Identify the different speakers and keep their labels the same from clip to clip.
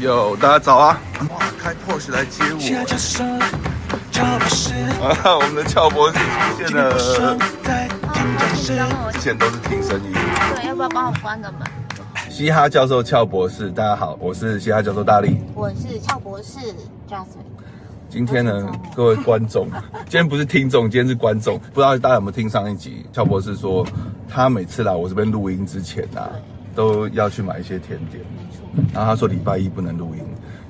Speaker 1: 哟，大家早啊！哇，开 Porsche 来接我啊！我们的俏博士出现了，
Speaker 2: 哦
Speaker 1: 之前都是听声音。
Speaker 2: 对，要不要帮我关个门？
Speaker 1: 嘻哈教授俏博士，大家好，我是嘻哈教授大力。
Speaker 2: 我是俏博士 Jasmine，
Speaker 1: 今天呢，各位观众，今天不是听众，今天是观众。不知道大家有没有听上一集？俏博士说，他每次来我这边录音之前啊，都要去买一些甜点。
Speaker 2: 没错。
Speaker 1: 然后他说礼拜一不能录音，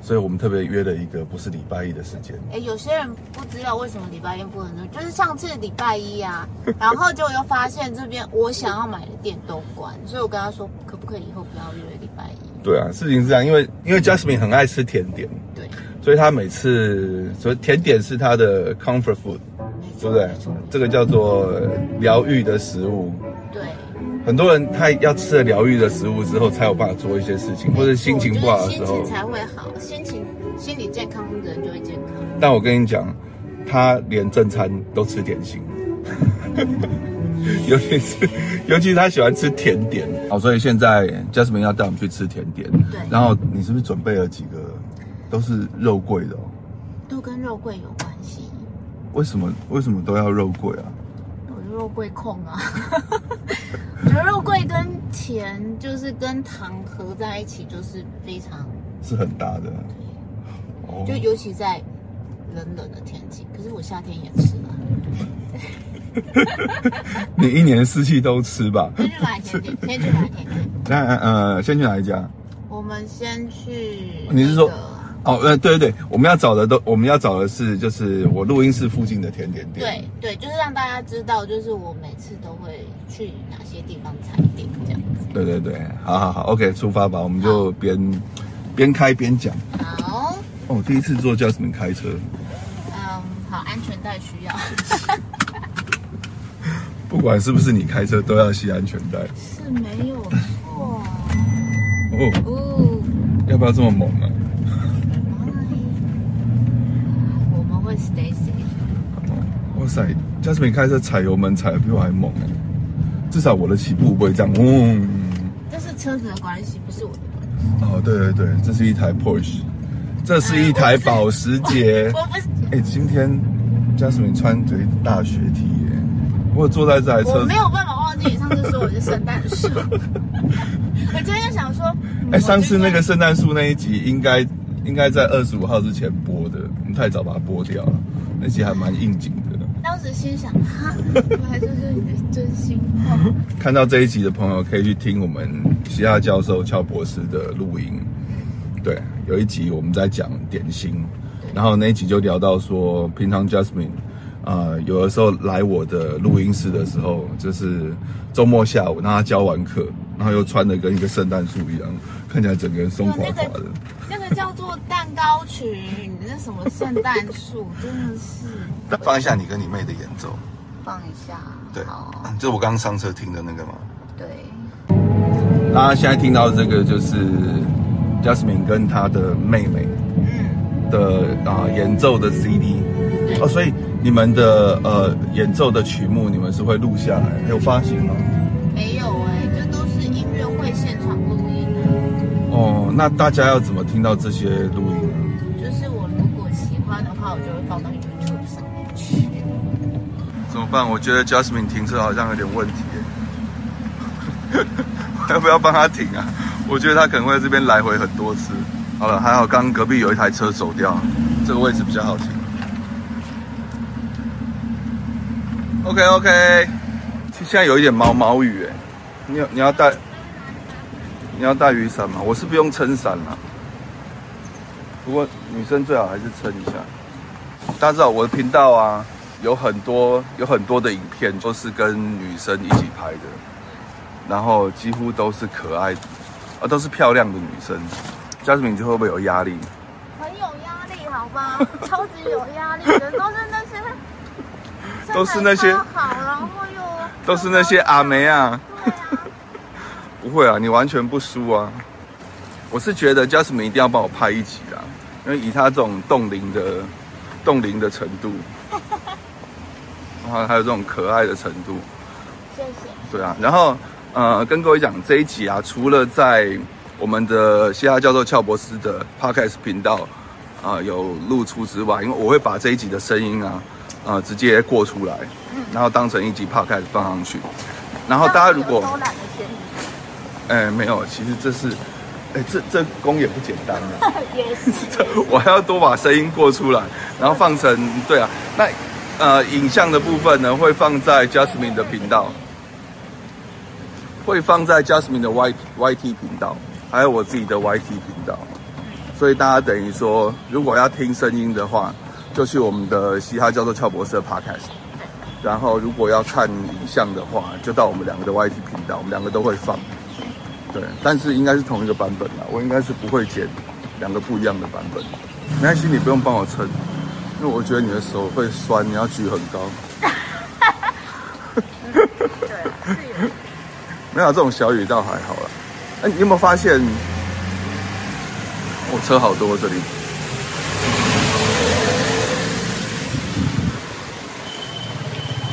Speaker 1: 所以我们特别约了一个不是礼拜一的时间。
Speaker 2: 哎，有些人不知道为什么礼拜一不能录，就是上次礼拜一啊， 然后就又发现这边我想要买的店都关，所以我跟他说，可不可以以后不要约礼拜一？
Speaker 1: 对啊，事情是这样，因为因为 Jasmine 很爱吃甜点，
Speaker 2: 对，
Speaker 1: 所以她每次所以甜点是她的 comfort food，
Speaker 2: 没
Speaker 1: 对
Speaker 2: 错，
Speaker 1: 不对
Speaker 2: 没错，？
Speaker 1: 这个叫做疗愈的食物。
Speaker 2: 对。
Speaker 1: 很多人他要吃了疗愈的食物之后，才有办法做一些事情，或者心情不好的时
Speaker 2: 我
Speaker 1: 候
Speaker 2: 觉得心情。才会好，心情心理健康，人就会健康。
Speaker 1: 但我跟你讲，他连正餐都吃点心， 尤其是尤其是他喜欢吃甜点。好，所以现在 Jasmine 要带我们去吃甜点。
Speaker 2: 对
Speaker 1: 然后你是不是准备了几个都是肉桂的、哦？
Speaker 2: 都跟肉桂有关系，
Speaker 1: 为什么为什么都要肉桂啊？
Speaker 2: 我是肉桂控啊。 我觉得肉桂跟甜就是跟糖合在一起，就是非常，
Speaker 1: 是很搭的。啊哦
Speaker 2: 就尤其在冷冷的天气。可是我夏天也吃啊了，
Speaker 1: 你一年四季都吃吧。
Speaker 2: 先去买甜点，先去买甜点。
Speaker 1: 那呃，先去哪一家？
Speaker 2: 我们先去、
Speaker 1: 你是说
Speaker 2: 那个
Speaker 1: 哦，呃，对对对，我们要找的都，我们要找的是就是我录音室附近的甜点店。
Speaker 2: 对对，就是让大家知道，就是我每次都会去哪些地方踩点这样子。
Speaker 1: 对对对，好好好，OK，出发吧，我们就边边开边讲。
Speaker 2: 好，
Speaker 1: 哦，我第一次坐 Jasmine 开车，
Speaker 2: 嗯，好，安全带需 要
Speaker 1: 不管是不是你开车，都要系安全带。
Speaker 2: 是没有错。
Speaker 1: 哦，
Speaker 2: 哦，
Speaker 1: 要不要这么猛啊？
Speaker 2: my，我们会 stay safe。
Speaker 1: 哇塞，Jasmine 开车踩油门踩的比我还猛哎、至少我的起步不会这样。嗯嗡、
Speaker 2: 这是车子的关系，不是我的关系。
Speaker 1: 哦，对对对，这是一台 Porsche，这是一
Speaker 2: 哎
Speaker 1: 台保时捷。
Speaker 2: 我不是，
Speaker 1: 哎、今天 Jasmine 穿着一大学 T 耶、我有坐在这台
Speaker 2: 我
Speaker 1: 车
Speaker 2: 没有办法忘记你上次说我是圣诞树。我今天就想说，嗯
Speaker 1: 哎、上次那个圣诞树那一集应该应该在二十五号之前播的，我们太早把它播掉了，那集还蛮应景的。
Speaker 2: 当时心想， 哈，我还就是你的真心话。
Speaker 1: 看到这一集的朋友可以去听我们西亚教授乔博士的录音，对，有一集我们在讲点心，然后那一集就聊到说，平常 Jasmine。呃，有的时候来我的录音室的时候，就是周末下午，让他教完课，然后又穿的跟一个圣诞树一样，看起来整个人松垮垮的。
Speaker 2: 那个叫做蛋糕曲，你那什么圣诞树，真的是
Speaker 1: 那放一下你跟你妹的演奏，
Speaker 2: 放一下。
Speaker 1: 对
Speaker 2: 好，
Speaker 1: 就是我刚刚上车听的那个嘛。
Speaker 2: 对，
Speaker 1: 大家现在听到这个就是 Jasmine 跟她的妹妹
Speaker 2: 嗯，
Speaker 1: 的啊、演奏的 CD
Speaker 2: 对
Speaker 1: 哦，所以你们的呃演奏的曲目你们是会录下来，还有发行吗？
Speaker 2: 没有哎、这都是音乐会现场录音啊。
Speaker 1: 哦，那大家要怎么听到这些录音呢？
Speaker 2: 就是我如果喜欢的话，我就会放到 YouTube 上面去。
Speaker 1: 怎么办？我觉得 Jasmine 停车好像有点问题 耶，我要不要帮她停啊？我觉得她可能会在这边来回很多次。好了，还好刚刚隔壁有一台车走掉，这个位置比较好停。OK OK，现在有一点毛毛雨哎，你有你要带你要带雨伞吗？我是不用撑伞了，不过女生最好还是撑一下。大家知道我的频道啊，有很多有很多的影片都是跟女生一起拍的，然后几乎都是可爱，啊，都是漂亮的女生。嘉志敏，你觉得会不会有压力？
Speaker 2: 很有压力，好 吧？超级有压力的，都是那些，
Speaker 1: 都是那些
Speaker 2: 身材超好，然后又
Speaker 1: 都是那些阿梅啊。
Speaker 2: 对啊，
Speaker 1: 不会啊，你完全不输啊！我是觉得 Jasmine 一定要帮我拍一集啦，因为以她这种冻龄的冻龄的程度， 然后还有这种可爱的程度，
Speaker 2: 谢谢。
Speaker 1: 对啊。然后呃，跟各位讲这一集啊，除了在我们的西亚教授俏博士的 podcast 频道啊、有露出之外，因为我会把这一集的声音啊啊、直接过出来，然后当成一集 podcast 放上去。然哦后大家如果
Speaker 3: 偷懒的嫌
Speaker 1: 哎没有，其实这是哎这这工也不简单啊。
Speaker 3: 疑，也是。
Speaker 1: 我还要多把声音过出来，然后放成对啊，那呃影像的部分呢会放在 Jasmine 的频道，会放在 Jasmine 的 Y YT 频道，还有我自己的 YT 频道，所以大家等于说如果要听声音的话，就去我们的嘻哈叫做俏博士的 Podcast。然后，如果要看影像的话，就到我们两个的 YT 频道，我们两个都会放。对，但是应该是同一个版本啦，我应该是不会剪两个不一样的版本。没关系，你不用帮我称，因为我觉得你的手会酸，你要举很高。
Speaker 3: 对啊，是有
Speaker 1: 没有这种小雨倒还好啦。哎、你有没有发现我车好多这里？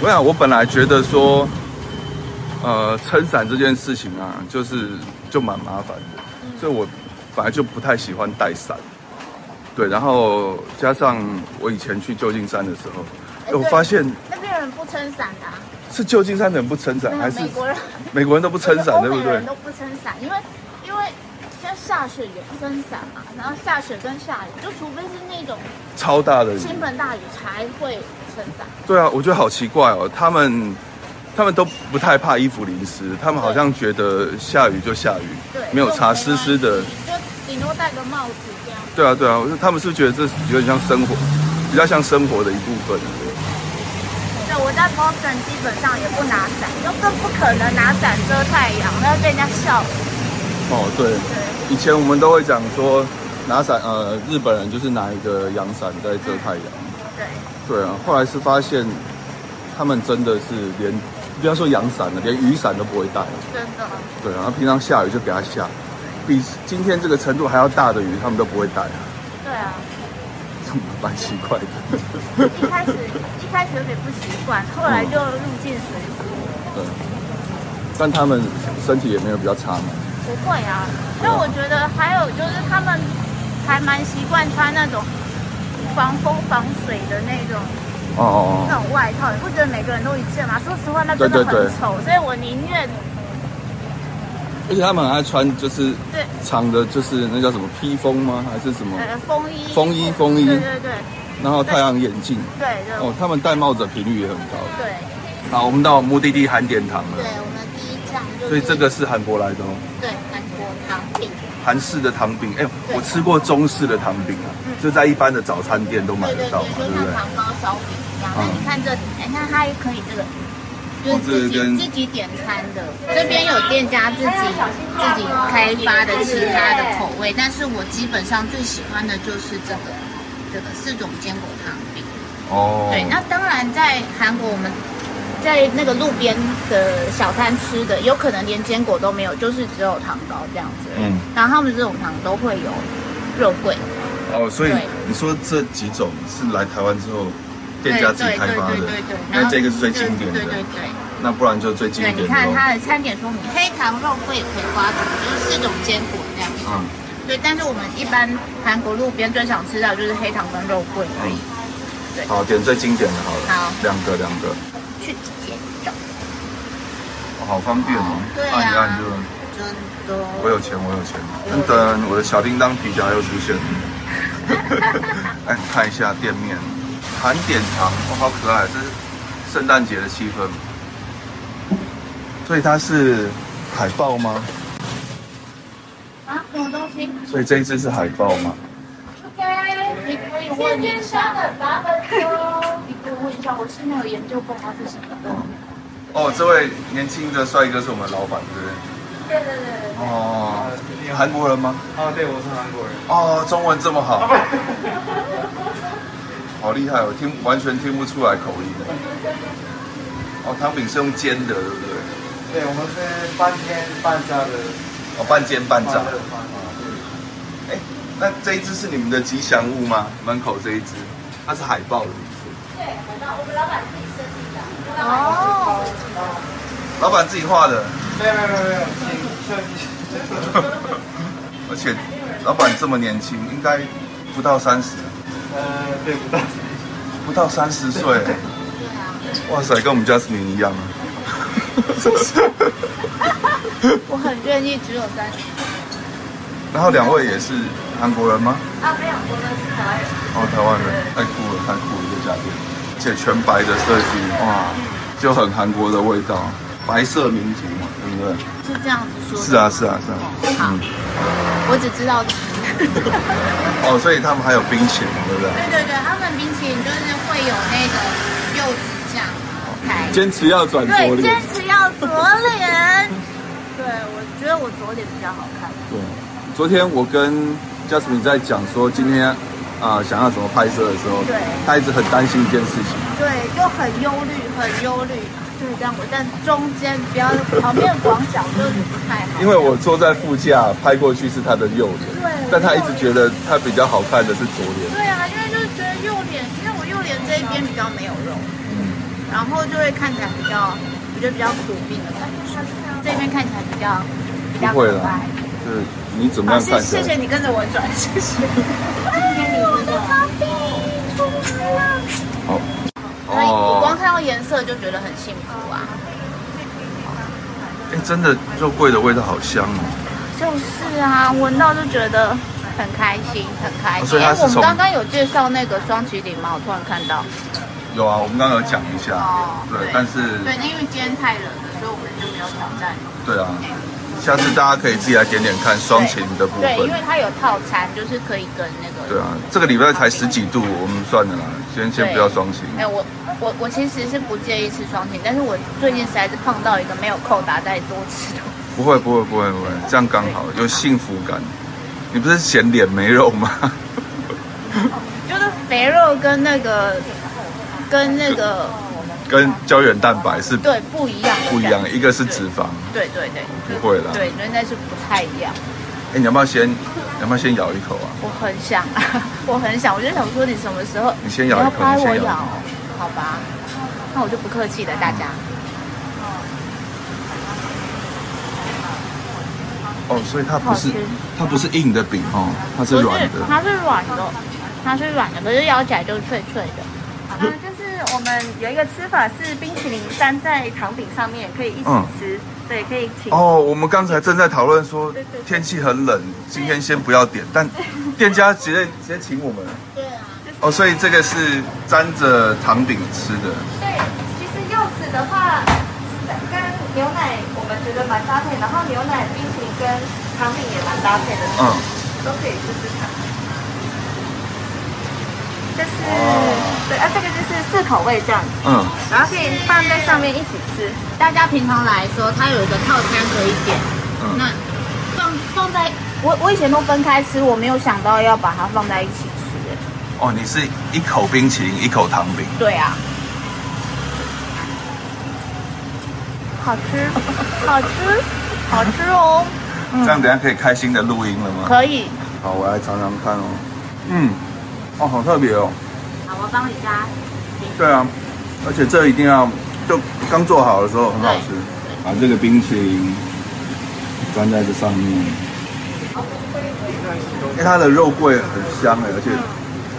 Speaker 1: 我想，我本来觉得说，呃，撑伞这件事情啊，就是就蛮麻烦的，所以我本来就不太喜欢带伞。对，然后加上我以前去旧金山的时候，哎我发现
Speaker 3: 那边有人不撑伞的、啊，
Speaker 1: 是旧金山的人不撑伞，
Speaker 3: 没
Speaker 1: 还
Speaker 3: 有
Speaker 1: 是
Speaker 3: 美国人
Speaker 1: 美国人都不撑伞，对
Speaker 3: 欧
Speaker 1: 不
Speaker 3: 美人
Speaker 1: 对？
Speaker 3: 都不撑伞，因为因为像下雪也不撑伞嘛，然后下雪跟下雨，就除非是那种
Speaker 1: 超大的雨。
Speaker 3: 倾盆大雨才会撑伞。
Speaker 1: 对啊，我觉得好奇怪哦，他们他们都不太怕衣服淋湿，他们好像觉得下雨就下雨，
Speaker 3: 对，
Speaker 1: 没有
Speaker 3: 就
Speaker 1: 擦
Speaker 3: 关
Speaker 1: 湿湿的。
Speaker 3: 系，就顶多戴个帽子这样。
Speaker 1: 对啊，对啊，我说他们是不是觉得这有点像生活，比较像生活的一部分。
Speaker 3: 对，我在 Boston 基本上也不拿伞，就更不可能拿伞遮太阳，那会被人家笑。
Speaker 1: 哦，对，
Speaker 3: 对，
Speaker 1: 以前我们都会讲说拿伞，呃，日本人就是拿一个阳伞在遮太阳。
Speaker 3: 对，
Speaker 1: 对啊，后来是发现他们真的是连不要说阳伞了，连雨伞都不会带了。
Speaker 3: 真的。
Speaker 1: 对啊，平常下雨就给它下，比今天这个程度还要大的雨，他们都不会带啊。
Speaker 3: 对啊，
Speaker 1: 蛮奇怪的。
Speaker 3: 一开始一开始有点不习惯，后来就入境随俗。
Speaker 1: 对， 但他们身体也没有比较差嘛。
Speaker 3: 不会啊，因为我觉得还有就是他们还蛮习惯穿那种防风防水的那种
Speaker 1: 哦
Speaker 3: 那
Speaker 1: 哦
Speaker 3: 种外套，你不觉得每个人都一件吗？说实话，那真的
Speaker 1: 对
Speaker 3: 很
Speaker 1: 对对
Speaker 3: 丑，所以我宁愿
Speaker 1: 哦，而且他们很爱穿就是
Speaker 3: 嗯对
Speaker 1: 长的，就是那叫什么披风吗？还是什么？
Speaker 3: 呃风衣
Speaker 1: 风衣风衣
Speaker 3: 对对对嗯
Speaker 1: 然后太阳眼镜。
Speaker 3: 对对、
Speaker 1: 哦，他们戴帽子的频率也很高。
Speaker 3: 对，
Speaker 1: 好，我们到目的地韩典堂
Speaker 2: 对，
Speaker 1: 了，
Speaker 2: 我们第一站就是
Speaker 1: 所以这个是韩国来的哦，
Speaker 2: 对韩国糖饼，
Speaker 1: 韩式的糖饼。哎，
Speaker 2: 对
Speaker 1: 我吃过中式的糖饼啊，
Speaker 3: 嗯
Speaker 1: 就在一般的早餐店都买得
Speaker 2: 对对
Speaker 1: 到嘛，，
Speaker 2: 对
Speaker 1: 对
Speaker 2: 就
Speaker 1: 不对？
Speaker 2: 像
Speaker 1: 嗯
Speaker 2: 糖包烧饼一样。那你看这里，你看它也可以这个。就
Speaker 1: 哦这个
Speaker 2: 是自己
Speaker 1: 跟
Speaker 2: 自己点餐的，这边有店家自己自己开发的其他的口味，但是我基本上最喜欢的就是这个这个四种坚果糖饼。
Speaker 1: 哦，
Speaker 2: 对，那当然在韩国我们。在那个路边的小摊吃的，有可能连坚果都没有，就是只有糖糕这样子。
Speaker 1: 嗯
Speaker 2: 嗯，然后他们这种糖都会有肉桂，
Speaker 1: 哦，所以
Speaker 2: 对
Speaker 1: 你说这几种是来台湾之后
Speaker 2: 对
Speaker 1: 店家自己开发
Speaker 2: 对
Speaker 1: 的
Speaker 2: 对对对，对，
Speaker 1: 那这个是最经典
Speaker 2: 对
Speaker 1: 的
Speaker 2: 对对，对
Speaker 1: 那不然就最经
Speaker 2: 对，
Speaker 1: 典的
Speaker 2: 你看
Speaker 1: 咯。
Speaker 2: 它的餐点说明，黑糖肉桂葵瓜子，就是四种坚果这样。
Speaker 1: 嗯，
Speaker 2: 对，但是我们一般韩国路边最常吃到就是黑糖跟肉桂而已。对
Speaker 1: 嗯好，点最经典的好了。
Speaker 2: 好
Speaker 1: 两个两个，
Speaker 2: 去结账，
Speaker 1: 哦好方便哦。
Speaker 2: 对啊
Speaker 1: 按一按就，
Speaker 2: 真的。
Speaker 1: 我有钱，我有钱。等等，我的小叮当皮夹又出现了。 哎，看一下店面，韩典堂，哦，好可爱，这是圣诞节的气氛。所以它是海报吗？
Speaker 3: 啊，什么东西？
Speaker 1: 所以这一只是海报吗？
Speaker 3: 你可以问一下的答案哦。你可以问一下，我是没有研究过它是什么的。
Speaker 1: 哦，这位年轻的帅哥是我们老板，对不对？
Speaker 3: 对对对
Speaker 1: 哦，韩国人吗？
Speaker 4: 啊，对，我是韩国人。
Speaker 1: 哦，中文这么好， 好厉害哦！听完全听不出来口音的。哦，汤饼是用煎的，对不对？
Speaker 4: 对，我们是半天半价的
Speaker 1: 哦，半煎半炸
Speaker 4: 半。热饭啊。对
Speaker 1: 哎，那这一只是你们的吉祥物吗？门口这一只，它是海报的名字，
Speaker 2: 有哦，
Speaker 1: 老板自己画的。
Speaker 4: 没有没有没有没有，请设计师。
Speaker 1: 而且老板这么年轻，应该不到三十，
Speaker 4: 呃，对不到。
Speaker 1: 不到三十岁，
Speaker 5: 对啊，
Speaker 1: 哇塞，跟我们家是女一样啊！
Speaker 2: 我很愿意只有三十
Speaker 1: 然后两位也是韩国人吗？
Speaker 2: 啊，没有，我们是台湾人。
Speaker 1: 哦，台湾人，太酷了，太酷了，这家店，而且全白的设计，哇，就很韩国的味道，白色民族嘛，对不对？
Speaker 5: 是这样子说的。
Speaker 1: 是啊，是啊，是啊。
Speaker 5: 好，我只知道吃。
Speaker 1: 哦，所以他们还有冰淇淋，对不对？
Speaker 5: 对对对，他们冰淇淋就是会有那种柚子酱开。
Speaker 1: 哦坚持要转
Speaker 2: 对，坚持要左脸。 对，我觉得我左脸比较好看。
Speaker 1: 对，昨天我跟 Jasmine 在讲说今天啊、想要怎么拍摄的时候，
Speaker 2: 对
Speaker 1: 她一直很担心一件事情，
Speaker 2: 对，就很忧虑，很忧虑。对，这样我站中间，不要旁边广角就是不太好。
Speaker 1: 因为我坐在副驾拍过去是她的右
Speaker 2: 对
Speaker 1: 脸，但她一直觉得她比较好看的是左脸，
Speaker 2: 对啊，因为就是觉得右脸，因为我右脸这一边比较没有肉，
Speaker 1: 嗯，
Speaker 2: 然后就会看起来比较，我觉得比较苦命的感觉。这边看起来比较比较
Speaker 1: 不会
Speaker 2: 可
Speaker 1: 啦
Speaker 2: 爱。
Speaker 1: 就是你怎么
Speaker 2: 好，
Speaker 1: 样
Speaker 2: 谢
Speaker 1: 看起
Speaker 2: 谢
Speaker 1: 来？
Speaker 2: 谢你跟着我转，谢谢。我的咖啡出来了。
Speaker 1: 好，
Speaker 2: 所以我光
Speaker 1: 哦，
Speaker 2: 看到颜色就觉得很幸福啊。
Speaker 1: 哎、真的肉桂的味道好香哦，
Speaker 2: 就是啊，闻到就觉得很开心，很开
Speaker 1: 哦所以
Speaker 2: 心。因
Speaker 1: 它
Speaker 2: 为
Speaker 1: 是
Speaker 2: 我们
Speaker 1: 从
Speaker 2: 刚刚有介绍那个双麒麟嘛，我突然看到。
Speaker 1: 有啊，我们刚刚有讲一下，
Speaker 2: 哦
Speaker 1: 对，但是
Speaker 2: 对，因为今天太冷了，所以我们就没有挑战。
Speaker 1: 对啊，下次大家可以自己来点点看双擎的部
Speaker 2: 对，
Speaker 1: 分
Speaker 2: 因。为它有套餐，就是可以跟那个。
Speaker 1: 对啊，这个礼拜才十几度，我们算了啦，先先不要双擎。
Speaker 2: 哎，我我我其实是不介意吃双擎，但是我最近实在是胖到一个没有扣打再多吃的。
Speaker 1: 不会不会不会不会，这样刚好有幸福感。你不是嫌脸没肉吗？
Speaker 2: 就是肥肉跟那个跟那个
Speaker 1: 跟胶原蛋白是
Speaker 2: 对不一样，
Speaker 1: 不一样，一个是脂肪。
Speaker 2: 对对对，
Speaker 1: 不会啦
Speaker 2: 对，应该是不太一样。
Speaker 1: 哎，你要不要先，你要不要先咬一口啊？
Speaker 2: 我很想， 我很想，我就想说你什么时候
Speaker 1: 你先咬一口
Speaker 2: 你要拍
Speaker 1: 你先
Speaker 2: 我
Speaker 1: 咬一口
Speaker 2: 咬，好吧？那我就不客气了，大家。
Speaker 1: 哦，所以它不是
Speaker 2: 好吃
Speaker 1: 它不是硬的饼哦，它是软
Speaker 2: 不是
Speaker 1: 的。
Speaker 2: 它是软的，它是软的，可是咬起来就是脆脆的。
Speaker 3: 嗯，就是我们有一个吃法是冰淇淋粘在糖饼上面，可以一起
Speaker 1: 嗯
Speaker 3: 吃，对，可以请。
Speaker 1: 哦，我们刚才正在讨论说
Speaker 3: 对对对
Speaker 1: 天气很冷，今天先不要点，但店家直接直接请我们。
Speaker 5: 对啊，
Speaker 1: 哦，所以这个是沾着糖饼吃的。
Speaker 3: 对，其实柚子的话，跟牛奶我们觉得蛮搭配，然后牛奶冰淇淋跟糖饼也蛮搭配的，
Speaker 1: 嗯，
Speaker 3: 都可以试试看。就是
Speaker 1: 哦
Speaker 3: 对啊，这个就是四口味这样子，
Speaker 1: 嗯，
Speaker 3: 然后可以放在上面一起吃。
Speaker 5: 大家平常来说，它有一个套餐可以点，
Speaker 1: 嗯
Speaker 5: 那放放在
Speaker 2: 我我以前都分开吃，我没有想到要把它放在一起吃。哎
Speaker 1: 哦，你是一口冰淇淋，一口糖饼。
Speaker 2: 对啊，好吃，好吃，好吃哦，
Speaker 1: 这样等一下可以开心的录音了吗？
Speaker 2: 可以。
Speaker 1: 好，我来尝尝看哦。嗯，哦，好特别哦。
Speaker 5: 好，我帮你加。
Speaker 1: 对啊，而且这一定要就刚做好的时候很好吃。把这个冰淇淋粘在这上面。因为它的肉桂很香哎，而且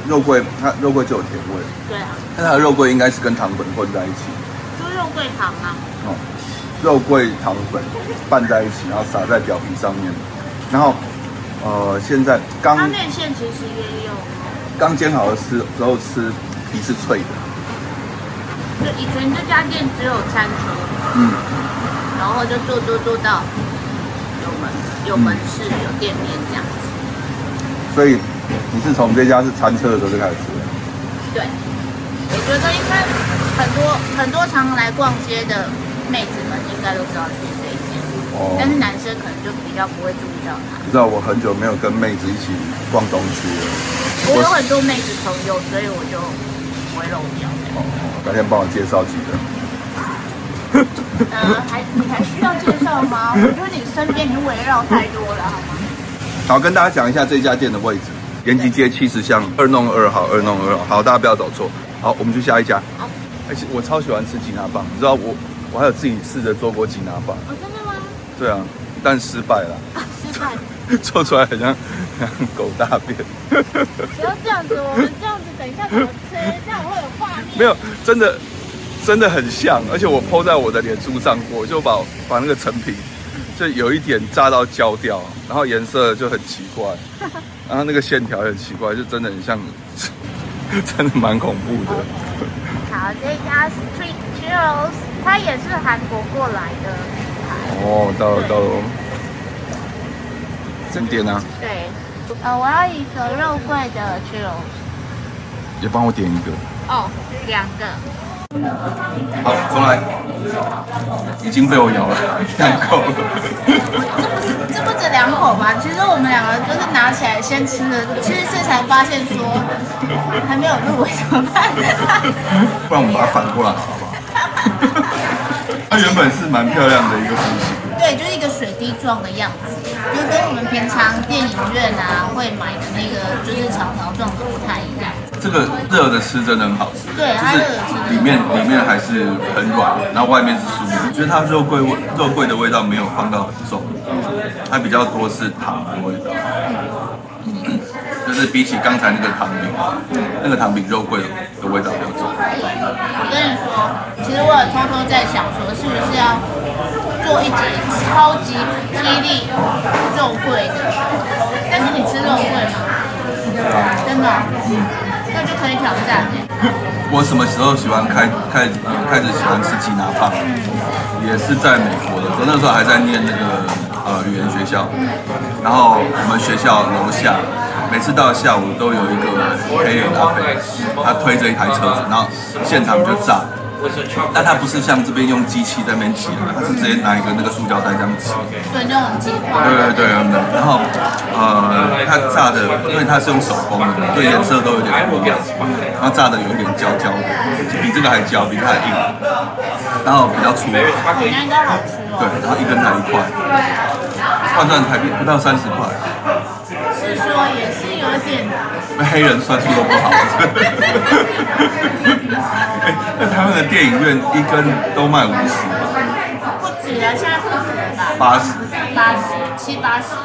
Speaker 1: 肉桂它肉桂就有甜味，
Speaker 5: 嗯对啊，
Speaker 1: 但它的肉桂应该是跟糖粉混在一起，哦
Speaker 5: 猪肉桂糖啊。
Speaker 1: 嗯肉桂糖粉拌在一起，然后撒在表皮上面。然后，呃，现在刚
Speaker 5: 它内馅其实也有，
Speaker 1: 刚煎好的吃时候吃皮是脆的，
Speaker 5: 就以前这家店只有餐车，
Speaker 1: 嗯，
Speaker 5: 然后就做做做到有门有门市有店面这样。
Speaker 1: 所以你是从这家是餐车的时候就开始吃的，
Speaker 2: 对，我觉得应该很多很多常来逛街的妹子们应该都知道是这一间，但是
Speaker 1: 哦，
Speaker 2: 男生可能就比较不会注意到它。
Speaker 1: 你知道我很久没有跟妹子一起逛东区了，
Speaker 2: 我有很多妹子朋友，所以我就不会漏掉。
Speaker 1: 哦，改天帮我介绍几个，
Speaker 2: 呃，还你还需要介绍吗？我觉得你身边已经围绕太多了，好吗？
Speaker 1: 好，跟大家讲一下这家店的位置，延吉街七十巷二弄二号，二弄二号，好，大家不要走错，好，我们去下一家，
Speaker 5: 好
Speaker 1: 而且我超喜欢吃吉拿棒，你知道我我还有自己试着做过吉拿棒，
Speaker 5: 哦，真的吗？
Speaker 1: 对啊，但失败了，
Speaker 5: 失败。
Speaker 1: 做出来很像像狗大便，
Speaker 3: 不要这样子，我们这样子，等一下怎么吃？这样会有画面。
Speaker 1: 没有，真的真的很像，而且我剖在我的脸书上过，就把把那个成品就有一点炸到焦掉，然后颜色就很奇怪，然后那个线条也很奇怪，就真的很像， 真的蛮恐怖的。
Speaker 3: 好，这家 Street Churros，它也是韩国过来的品牌。
Speaker 1: 哦，到了到了，正点啊，
Speaker 3: 对，呃，我要一个肉桂的 Churros。
Speaker 1: 也帮我点一个。
Speaker 3: 哦，两个。
Speaker 1: 好，重来。已经被我咬了，两口了。
Speaker 2: 这不止两口吧？其实我们两个就是拿起来先吃了，其实这才发现说还没有入围怎么办？
Speaker 1: 不然我们把它反过来好不好？它原本是蛮漂亮的一个雏形，
Speaker 2: 对，就是一个水滴状的样子，就跟我们平常电影院啊会买的那个就是长条状的不太一样。
Speaker 1: 这个热的吃真的很好吃，
Speaker 2: 对它热的吃
Speaker 1: 就是里面里面还是很软，然后外面是酥的，就是它肉桂味肉桂的味道没有放到很重，它比较多是糖的味道，
Speaker 2: 嗯
Speaker 1: 就是比起刚才那个糖饼，那个糖饼肉桂的味道比较重。
Speaker 2: 我跟你说，其实我有偷偷在想说，是不是要做一集超级霹雳肉桂的？但是你吃肉桂吗？真的哦，那就可以挑战哎、
Speaker 1: 我什么时候喜欢开开开始喜欢吃吉拿棒，也是在美国的时候，那时候还在念那个呃语言学校，然后我们学校楼下每次到下午都有一个黑人阿伯，他推着一台车子，然后现场就炸。但他不是像这边用机器在那边挤，他是直接拿一个那个塑胶袋这样挤。
Speaker 2: 对，就很计划。
Speaker 1: 对对对，然后呃，它炸的，因为它是用手工的，对颜色都有点不一样，然后炸的有一点焦焦的，比这个还焦，比这个还硬，然后比较粗，对，
Speaker 2: 对，那应该好吃哦。
Speaker 1: 然后一根才一块，换算台币不到三十块，
Speaker 2: 是说也是有点，
Speaker 1: 那黑人算数都不好。 哎那台湾的电影院一根都卖五十、
Speaker 2: 不止啊，现在不止了吧？
Speaker 1: 八十，
Speaker 2: 八十七八十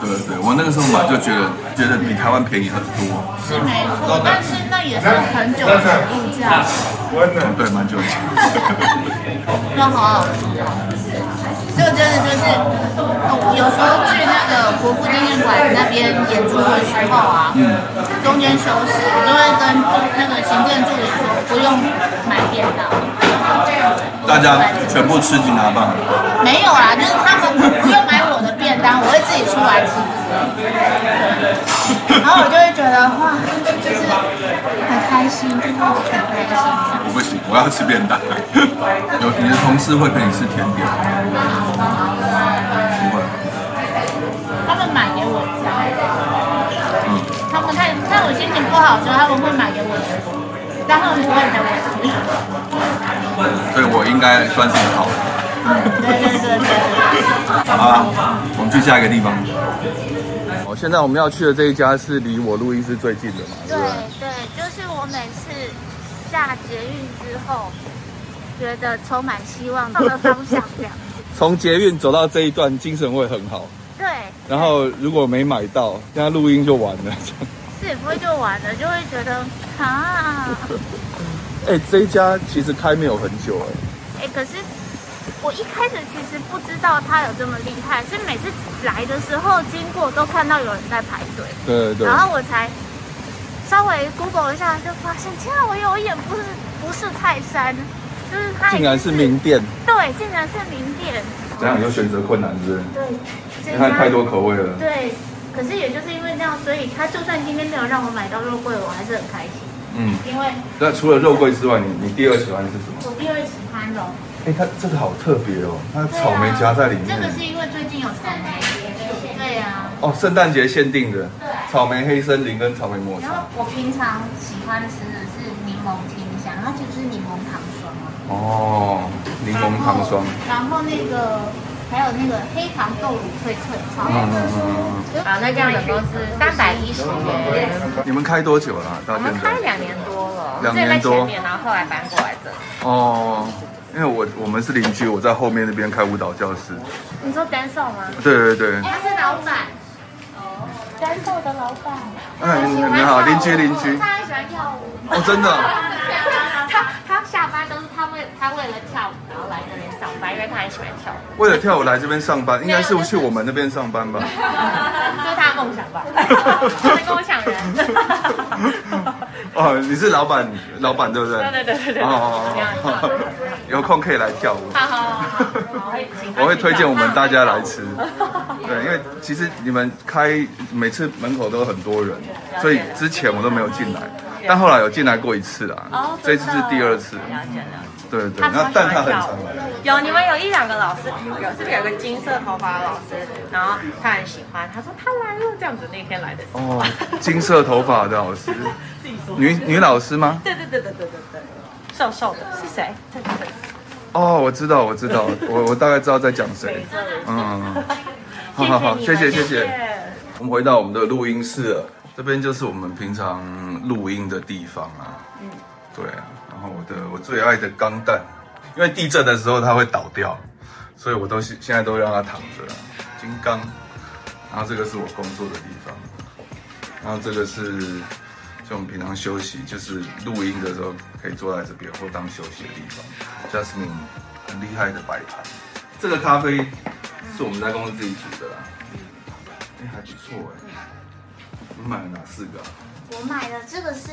Speaker 1: 对对对，我那个时候买就觉得觉得比台湾便宜很多，
Speaker 2: 是没错，但是那也是很久以前的物价，
Speaker 1: 嗯对，蛮久以前。
Speaker 2: 就好好吃哦。就真的就是，我有时候去那个国父纪念馆那边演出的时候啊，中间休息，我就会跟那个行政助理说不用买便当，
Speaker 1: 大家全部吃吉拿棒，
Speaker 2: 没有啦，就是他们不用买我的便当，我会自己出来吃。然后我就会觉得哇，就是很开心，就是很开心。
Speaker 1: 我不行，我要吃便当。有你的同事会陪你吃甜点吗？不会，
Speaker 2: 他们买给我吃，他们看看我心情不好的时候，他们会买给我吃，但他们不会等我吃。
Speaker 1: 所以我应该算是好的。
Speaker 2: 对对对对。
Speaker 1: 好啊，我们去下一个地方。哦，现在我们要去的这一家是离我录音室最近的嘛？
Speaker 3: 对
Speaker 1: 不
Speaker 3: 对，就是我每次下捷运之后，觉得充满希望的方向 表。
Speaker 1: 从捷运走到这一段，精神会很好。
Speaker 3: 对，
Speaker 1: 然后如果没买到，现在录音就完了。
Speaker 3: 是不会就完了，就会觉得啊，
Speaker 1: 哎、这一家其实开没有很久哎、
Speaker 3: 哎、可是我一开始其实不知道它有这么厉害，是每次来的时候经过都看到有人在排队。
Speaker 1: 对对对
Speaker 3: 然。后我才稍微 Google 一下，就发现，天啊，我有一眼不是不是泰山，就是它已
Speaker 1: 竟
Speaker 3: 经
Speaker 1: 然是名，店，
Speaker 3: 对，竟然是名店，
Speaker 1: 怎样有选择困难是不是？
Speaker 3: 对，这
Speaker 1: 你
Speaker 3: 家
Speaker 1: 看太多口味了。
Speaker 3: 对，可是也就是因为这样，所以他就算今天没有让我买到肉桂，我还是很开心，
Speaker 1: 嗯，
Speaker 3: 因为
Speaker 1: 那除了肉桂之外，你你第二喜欢的是什么？
Speaker 3: 我第二喜欢的。
Speaker 1: 哎，它这个好特别哦，它
Speaker 3: 对啊
Speaker 1: 草莓夹在里面。
Speaker 3: 这个是因为最近有圣诞节，对呀、啊。
Speaker 1: 哦，圣诞节限定的草莓黑森林跟草莓抹
Speaker 2: 然
Speaker 1: 茶。
Speaker 2: 后我平常喜欢吃的是柠檬清香，它其实是柠檬糖霜啊。
Speaker 1: 哦，柠檬糖霜。
Speaker 2: 然后那个还有那个黑糖豆乳脆脆超
Speaker 1: 嗯
Speaker 2: 好
Speaker 1: 嗯嗯
Speaker 2: 吃。好，那这样总共是三百一十元。
Speaker 1: 嗯。你们开多久了啊、
Speaker 6: 我
Speaker 1: 到
Speaker 6: 们
Speaker 1: 现
Speaker 6: 开
Speaker 1: 在？
Speaker 6: 两年多了，
Speaker 1: 两年
Speaker 6: 这在
Speaker 1: 多
Speaker 6: 前面，然后后来搬过来的。
Speaker 1: 哦，因为我我们是邻居，我在后面那边开舞蹈教室。
Speaker 2: 哎
Speaker 6: 你说单手吗？
Speaker 1: 对对对，
Speaker 2: 他是老板，
Speaker 3: 人寿的老板，
Speaker 1: 哎，很好，邻居邻居。
Speaker 7: 他很喜欢跳舞。
Speaker 1: 哦真的啊
Speaker 7: 他他下班都是他为他为了跳舞然后来这边上班，因为他很喜欢跳舞，
Speaker 1: 为了跳舞来这边上班，应该是去我们那边上班吧？
Speaker 7: 这是他的梦想吧？他是梦想人。
Speaker 1: 哦，你是老板，老板对不对？
Speaker 7: 对对对对对。
Speaker 1: 哦，有空可以来跳舞。
Speaker 7: 好好好好，
Speaker 1: 我会推荐我们大家来吃。对，因为其实你们开每次门口都很多人，所以之前我都没有进来，但后来有进来过一次啦
Speaker 6: 哦，，
Speaker 1: 这次是第二次。
Speaker 6: 了解了
Speaker 1: 对对，那但他很常来。
Speaker 6: 解。有你们有一两个老师，有是不是有个金色头发的老师，然后他很喜欢，他说他来了这样子，那天来的时候
Speaker 1: 哦，金色头发的老师，
Speaker 6: 自己说。
Speaker 1: 女女老师吗？
Speaker 6: 对对对对对对对，瘦瘦的是谁？对对对，
Speaker 1: 哦，我知道，我知道，我我大概知道在讲谁。嗯， 好好好，谢谢谢谢。我们回到我们的录音室了，这边就是我们平常录音的地方啊。嗯，对啊。然后我的我最爱的钢弹，因为地震的时候它会倒掉，所以我都是现在都让它躺着啊。金刚，然后这个是我工作的地方，然后这个是就我们平常休息，就是录音的时候可以坐在这边或当休息的地方。Jasmine 很厉害的摆盘，这个咖啡是我们在公司自己煮的啦。哎、还不错哎。你买了哪四个啊、
Speaker 2: 我买的这个是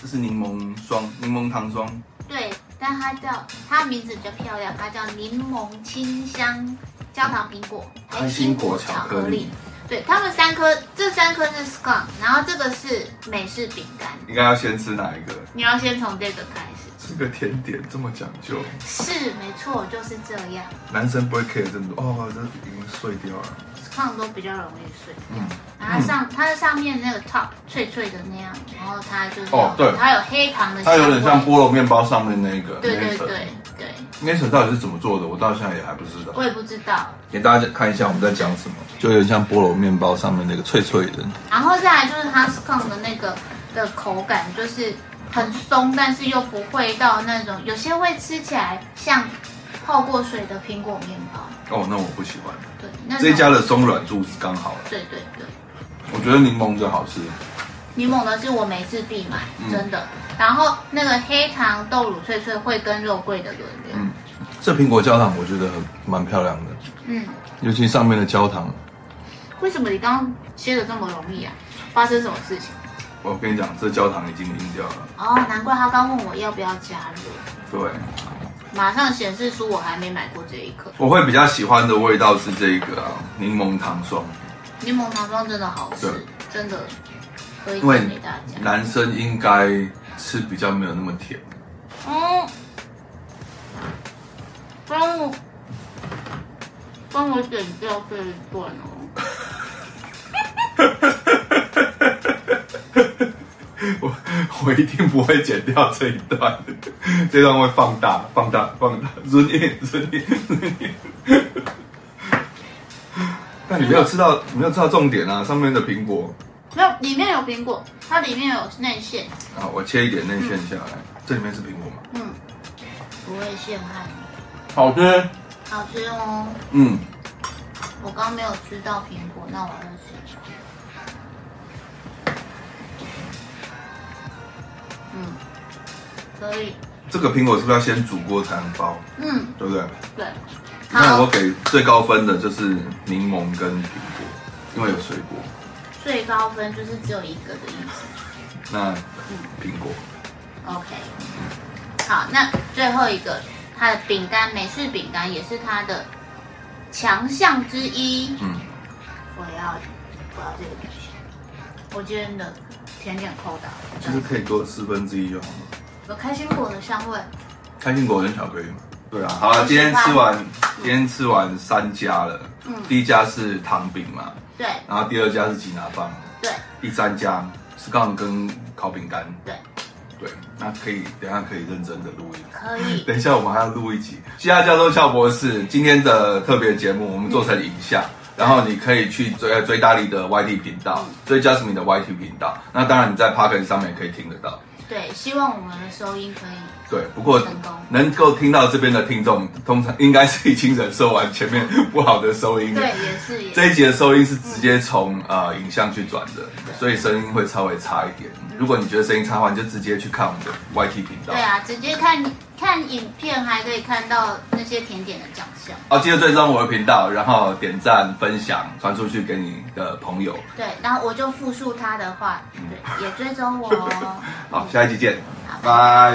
Speaker 1: 这是柠檬霜，柠檬糖霜。
Speaker 2: 对，但它叫它名字比较漂亮，它叫柠檬清香焦糖苹果哎
Speaker 1: 开心果
Speaker 2: 苹
Speaker 1: 巧克力。
Speaker 2: 对，它们三颗，这三颗是 scone，然后这个是美式饼干。
Speaker 1: 应该要先吃哪一个？
Speaker 2: 你要先从这个开始。
Speaker 1: 这个甜点这么讲究，
Speaker 2: 是，没错，就是这样。
Speaker 1: 男生不会 care 这么多哦，这已经碎掉了。
Speaker 2: scone 都比较容易碎。
Speaker 1: 嗯，
Speaker 2: 然后它上它的上面那个 top 脆脆的那样，然后它就是有
Speaker 1: 哦对
Speaker 2: 它有黑糖的，
Speaker 1: 它有点像，菠萝面包上面那个。
Speaker 2: 对对对。对，
Speaker 1: 那层到底是怎么做的？我到现在也还不知道。
Speaker 2: 我也不知道。
Speaker 1: 给大家看一下我们在讲什么，就有点像菠萝面包上面那个脆脆的。
Speaker 2: 然后再来就是它 scone 的那个的口感，就是很松，但是又不会到那种有些会吃起来像泡过水的苹果面包。
Speaker 1: 哦，那我不喜欢。
Speaker 2: 对，那
Speaker 1: 这一家
Speaker 2: 的
Speaker 1: 的松软度是刚好了，
Speaker 2: 对对对。
Speaker 1: 我觉得柠檬就好吃。
Speaker 2: 柠檬的是我每次必买，
Speaker 1: 嗯
Speaker 2: 真的。然后那个黑糖豆乳脆脆会跟肉桂的轮流，
Speaker 1: 嗯这苹果焦糖我觉得蛮漂亮的，
Speaker 2: 嗯。
Speaker 1: 尤其上面的焦糖。
Speaker 2: 为什么你刚刚切的这么容易啊？发生什么事情？
Speaker 1: 我跟你讲，这焦糖已经硬掉了。
Speaker 2: 哦，难怪他刚问我要不要加热，
Speaker 1: 对，
Speaker 2: 马上显示出我还没买过这一颗。
Speaker 1: 我会比较喜欢的味道是这个啊，柠檬糖霜，
Speaker 2: 柠檬糖霜真的好吃
Speaker 1: 对，
Speaker 2: 真的推
Speaker 1: 因为
Speaker 2: 荐给大家。
Speaker 1: 男生应该吃比较没有那么甜。
Speaker 2: 嗯，帮我帮我剪掉这一段哦。
Speaker 1: 我 我一定不会剪掉这一段， 这段会放大、放大、放大，zoom in、zoom in、zoom in。但你没有吃到，你没有吃到重点啊！上面的苹果
Speaker 2: 没有，里面有苹果，它里面有内馅，
Speaker 1: 啊，我切一点内馅下来，这里面是苹果吗？
Speaker 2: 嗯，不会陷害你，
Speaker 1: 好吃，
Speaker 2: 好吃哦。
Speaker 1: 嗯，
Speaker 2: 我刚没有吃到苹果，那我要吃。嗯，可以，
Speaker 1: 这个苹果是不是要先煮过才能包？
Speaker 2: 嗯，
Speaker 1: 对不对？
Speaker 2: 对。
Speaker 1: 那我
Speaker 2: 好，
Speaker 1: 给最高分的就是柠檬跟苹果，因为有水果。
Speaker 2: 最高分就是只有一个的意思。
Speaker 1: 那苹果，
Speaker 2: OK，好，那最后一个，它的饼干美式饼干也是它的强项之一。
Speaker 1: 嗯，
Speaker 2: 我要，我要这个东西。我今天的甜点扣打，
Speaker 1: 就是可以多四分之一就好了。
Speaker 2: 有开心果的香味。
Speaker 1: 开心果跟巧克力嘛。对啊，好了，今天吃完，今天吃完三家了。
Speaker 2: 嗯
Speaker 1: 第一家是糖饼嘛，
Speaker 2: 对
Speaker 1: 然后第二家是吉拿棒，
Speaker 2: 对
Speaker 1: 第三家是杠跟烤饼干。
Speaker 2: 对，
Speaker 1: 对，那可以，等一下可以认真的录音。
Speaker 2: 可 以。
Speaker 1: 等一下，我们还要录一集《西亚教授肖博士》今天的特别节目，我们做成影像，然后你可以去追呃追大力的 YT 频道，追 Jasmine 的 YT 频道。那当然你在 p o c k e t 上面也可以听得到。
Speaker 2: 对，希望我们的收音可以
Speaker 1: 对，不过
Speaker 2: 成功
Speaker 1: 能够听到这边的听众，通常应该是已经忍受完前面不好的收音了。
Speaker 2: 对，也是也是
Speaker 1: 这一集的收音是直接从呃影像去转的，所以声音会稍微差一点。如果你觉得声音差的话，你就直接去看我们的 YT 频道
Speaker 2: 嗯对。啊，直接看看影片还可以看到那些甜点的长相。
Speaker 1: 哦，记得追踪我的频道，然后点赞、分享、传出去给你的朋友。
Speaker 2: 对，然后我就复述他的话，对，也追踪我 哦。
Speaker 1: 好，下一集见
Speaker 2: 好，
Speaker 1: 拜。
Speaker 2: 拜